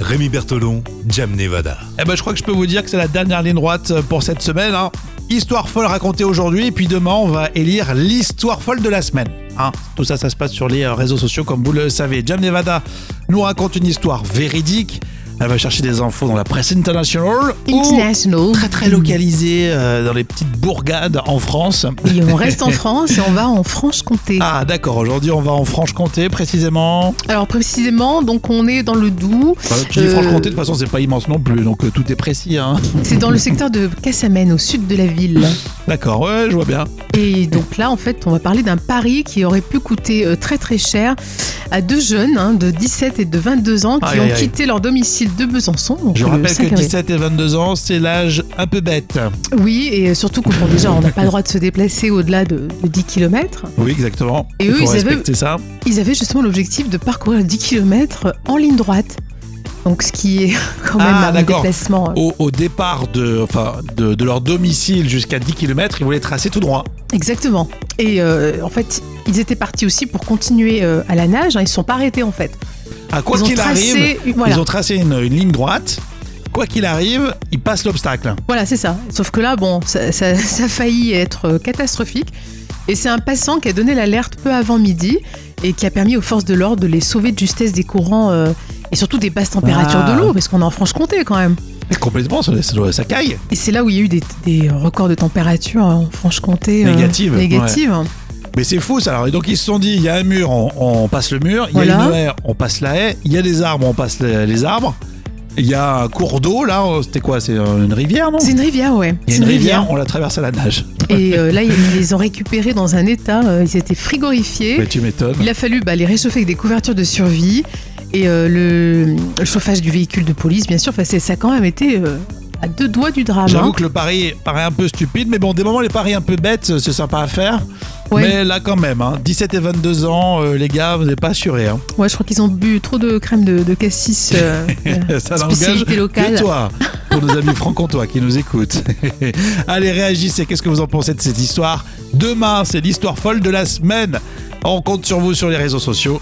Rémi Bertolon, Jam Nevada. Eh ben, je crois que je peux vous dire que c'est la dernière ligne droite euh, pour cette semaine. hein. Histoire folle racontée aujourd'hui, et puis demain, on va élire l'histoire folle de la semaine. hein. Tout ça, ça se passe sur les euh, réseaux sociaux, comme vous le savez. Jam Nevada nous raconte une histoire véridique. Elle va chercher des infos dans la presse internationale ou International. très très localisée euh, dans les petites bourgades en France. Et on reste en France et on va en Franche-Comté. Ah d'accord, aujourd'hui on va en Franche-Comté précisément. Alors précisément, donc on est dans le Doubs. Enfin, je dis Euh, Franche-Comté, de toute façon c'est pas immense non plus, donc euh, tout est précis. hein. C'est dans le secteur de Cassamène, au sud de la ville. D'accord, ouais, je vois bien. Et donc là, en fait, on va parler d'un pari qui aurait pu coûter euh, très très cher à deux jeunes hein, de 17 et de 22 ans qui Aïe, ont aïe, aïe. quitté leur domicile de Besançon. donc euh, Je le rappelle 5 que avril. 17 et 22 ans, c'est l'âge un peu bête. Oui, et surtout qu'on bon, déjà, on n'a pas le droit de se déplacer au-delà de, de 10 km. Oui, exactement. Et Il eux, faut ils avaient- respecter ça. Ils avaient justement l'objectif de parcourir 10 km en ligne droite. Donc ce qui est quand même Ah, un d'accord. déplacement. euh, Au, au départ de, enfin, de, de leur domicile jusqu'à 10 km, ils voulaient tracer tout droit. Exactement. Et euh, en fait, ils étaient partis aussi pour continuer euh, à la nage. hein. Ils ne sont pas arrêtés en fait. À quoi ils ont qu'il tracé arrive, une- voilà, ils ont tracé une, une ligne droite. Quoi qu'il arrive, ils passent l'obstacle. Voilà, c'est ça. Sauf que là, bon, ça, ça- ça a failli être euh, catastrophique. Et c'est un passant qui a donné l'alerte peu avant midi et qui a permis aux forces de l'ordre de les sauver de justesse des courants euh, et surtout des basses températures Ah. de l'eau, parce qu'on est en Franche-Comté quand même. Et complètement, ça, ça doit- ça caille. Et c'est là où il y a eu des, des records de température en Franche-Comté. euh, Négatives, ouais. Oh. négatives. Mais c'est fou ça. Alors, et donc ils se sont dit, il y a un mur, on, on passe le mur. Il y a Voilà. une haie, on passe la haie. Il y a des arbres, on passe les, les arbres. Il y a un cours d'eau là. C'était quoi C'est euh, une rivière, non C'est une rivière, ouais. Il y a C'est une rivière, on la traverse à la nage. Et euh, là, ils ils les ont récupérés dans un état. euh, ils étaient frigorifiés. Mais tu m'étonnes. Il a fallu bah, les réchauffer avec des couvertures de survie et euh, le, le chauffage du véhicule de police, bien sûr. Enfin, c'est- ça a quand même été euh, à deux doigts du drame. J'avoue hein. que le pari paraît un peu stupide, mais bon, des moments, les paris un peu bêtes, euh, c'est sympa à faire. Ouais. Mais là, quand même, hein, 17 et 22 ans, euh, les gars, vous n'êtes pas assurés. Hein. Ouais, je crois qu'ils ont bu trop de crème de, de cassis. euh, euh, Ça n'engage Spécialité locale. que toi, pour nos amis franc-comtois qui nous écoutent. Allez, réagissez, qu'est-ce que vous en pensez de cette histoire Demain, c'est l'histoire folle de la semaine. On compte sur vous sur les réseaux sociaux.